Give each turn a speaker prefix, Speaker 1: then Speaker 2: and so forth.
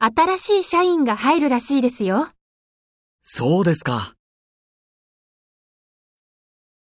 Speaker 1: 新しい社員が入るらしいですよ。
Speaker 2: そうですか。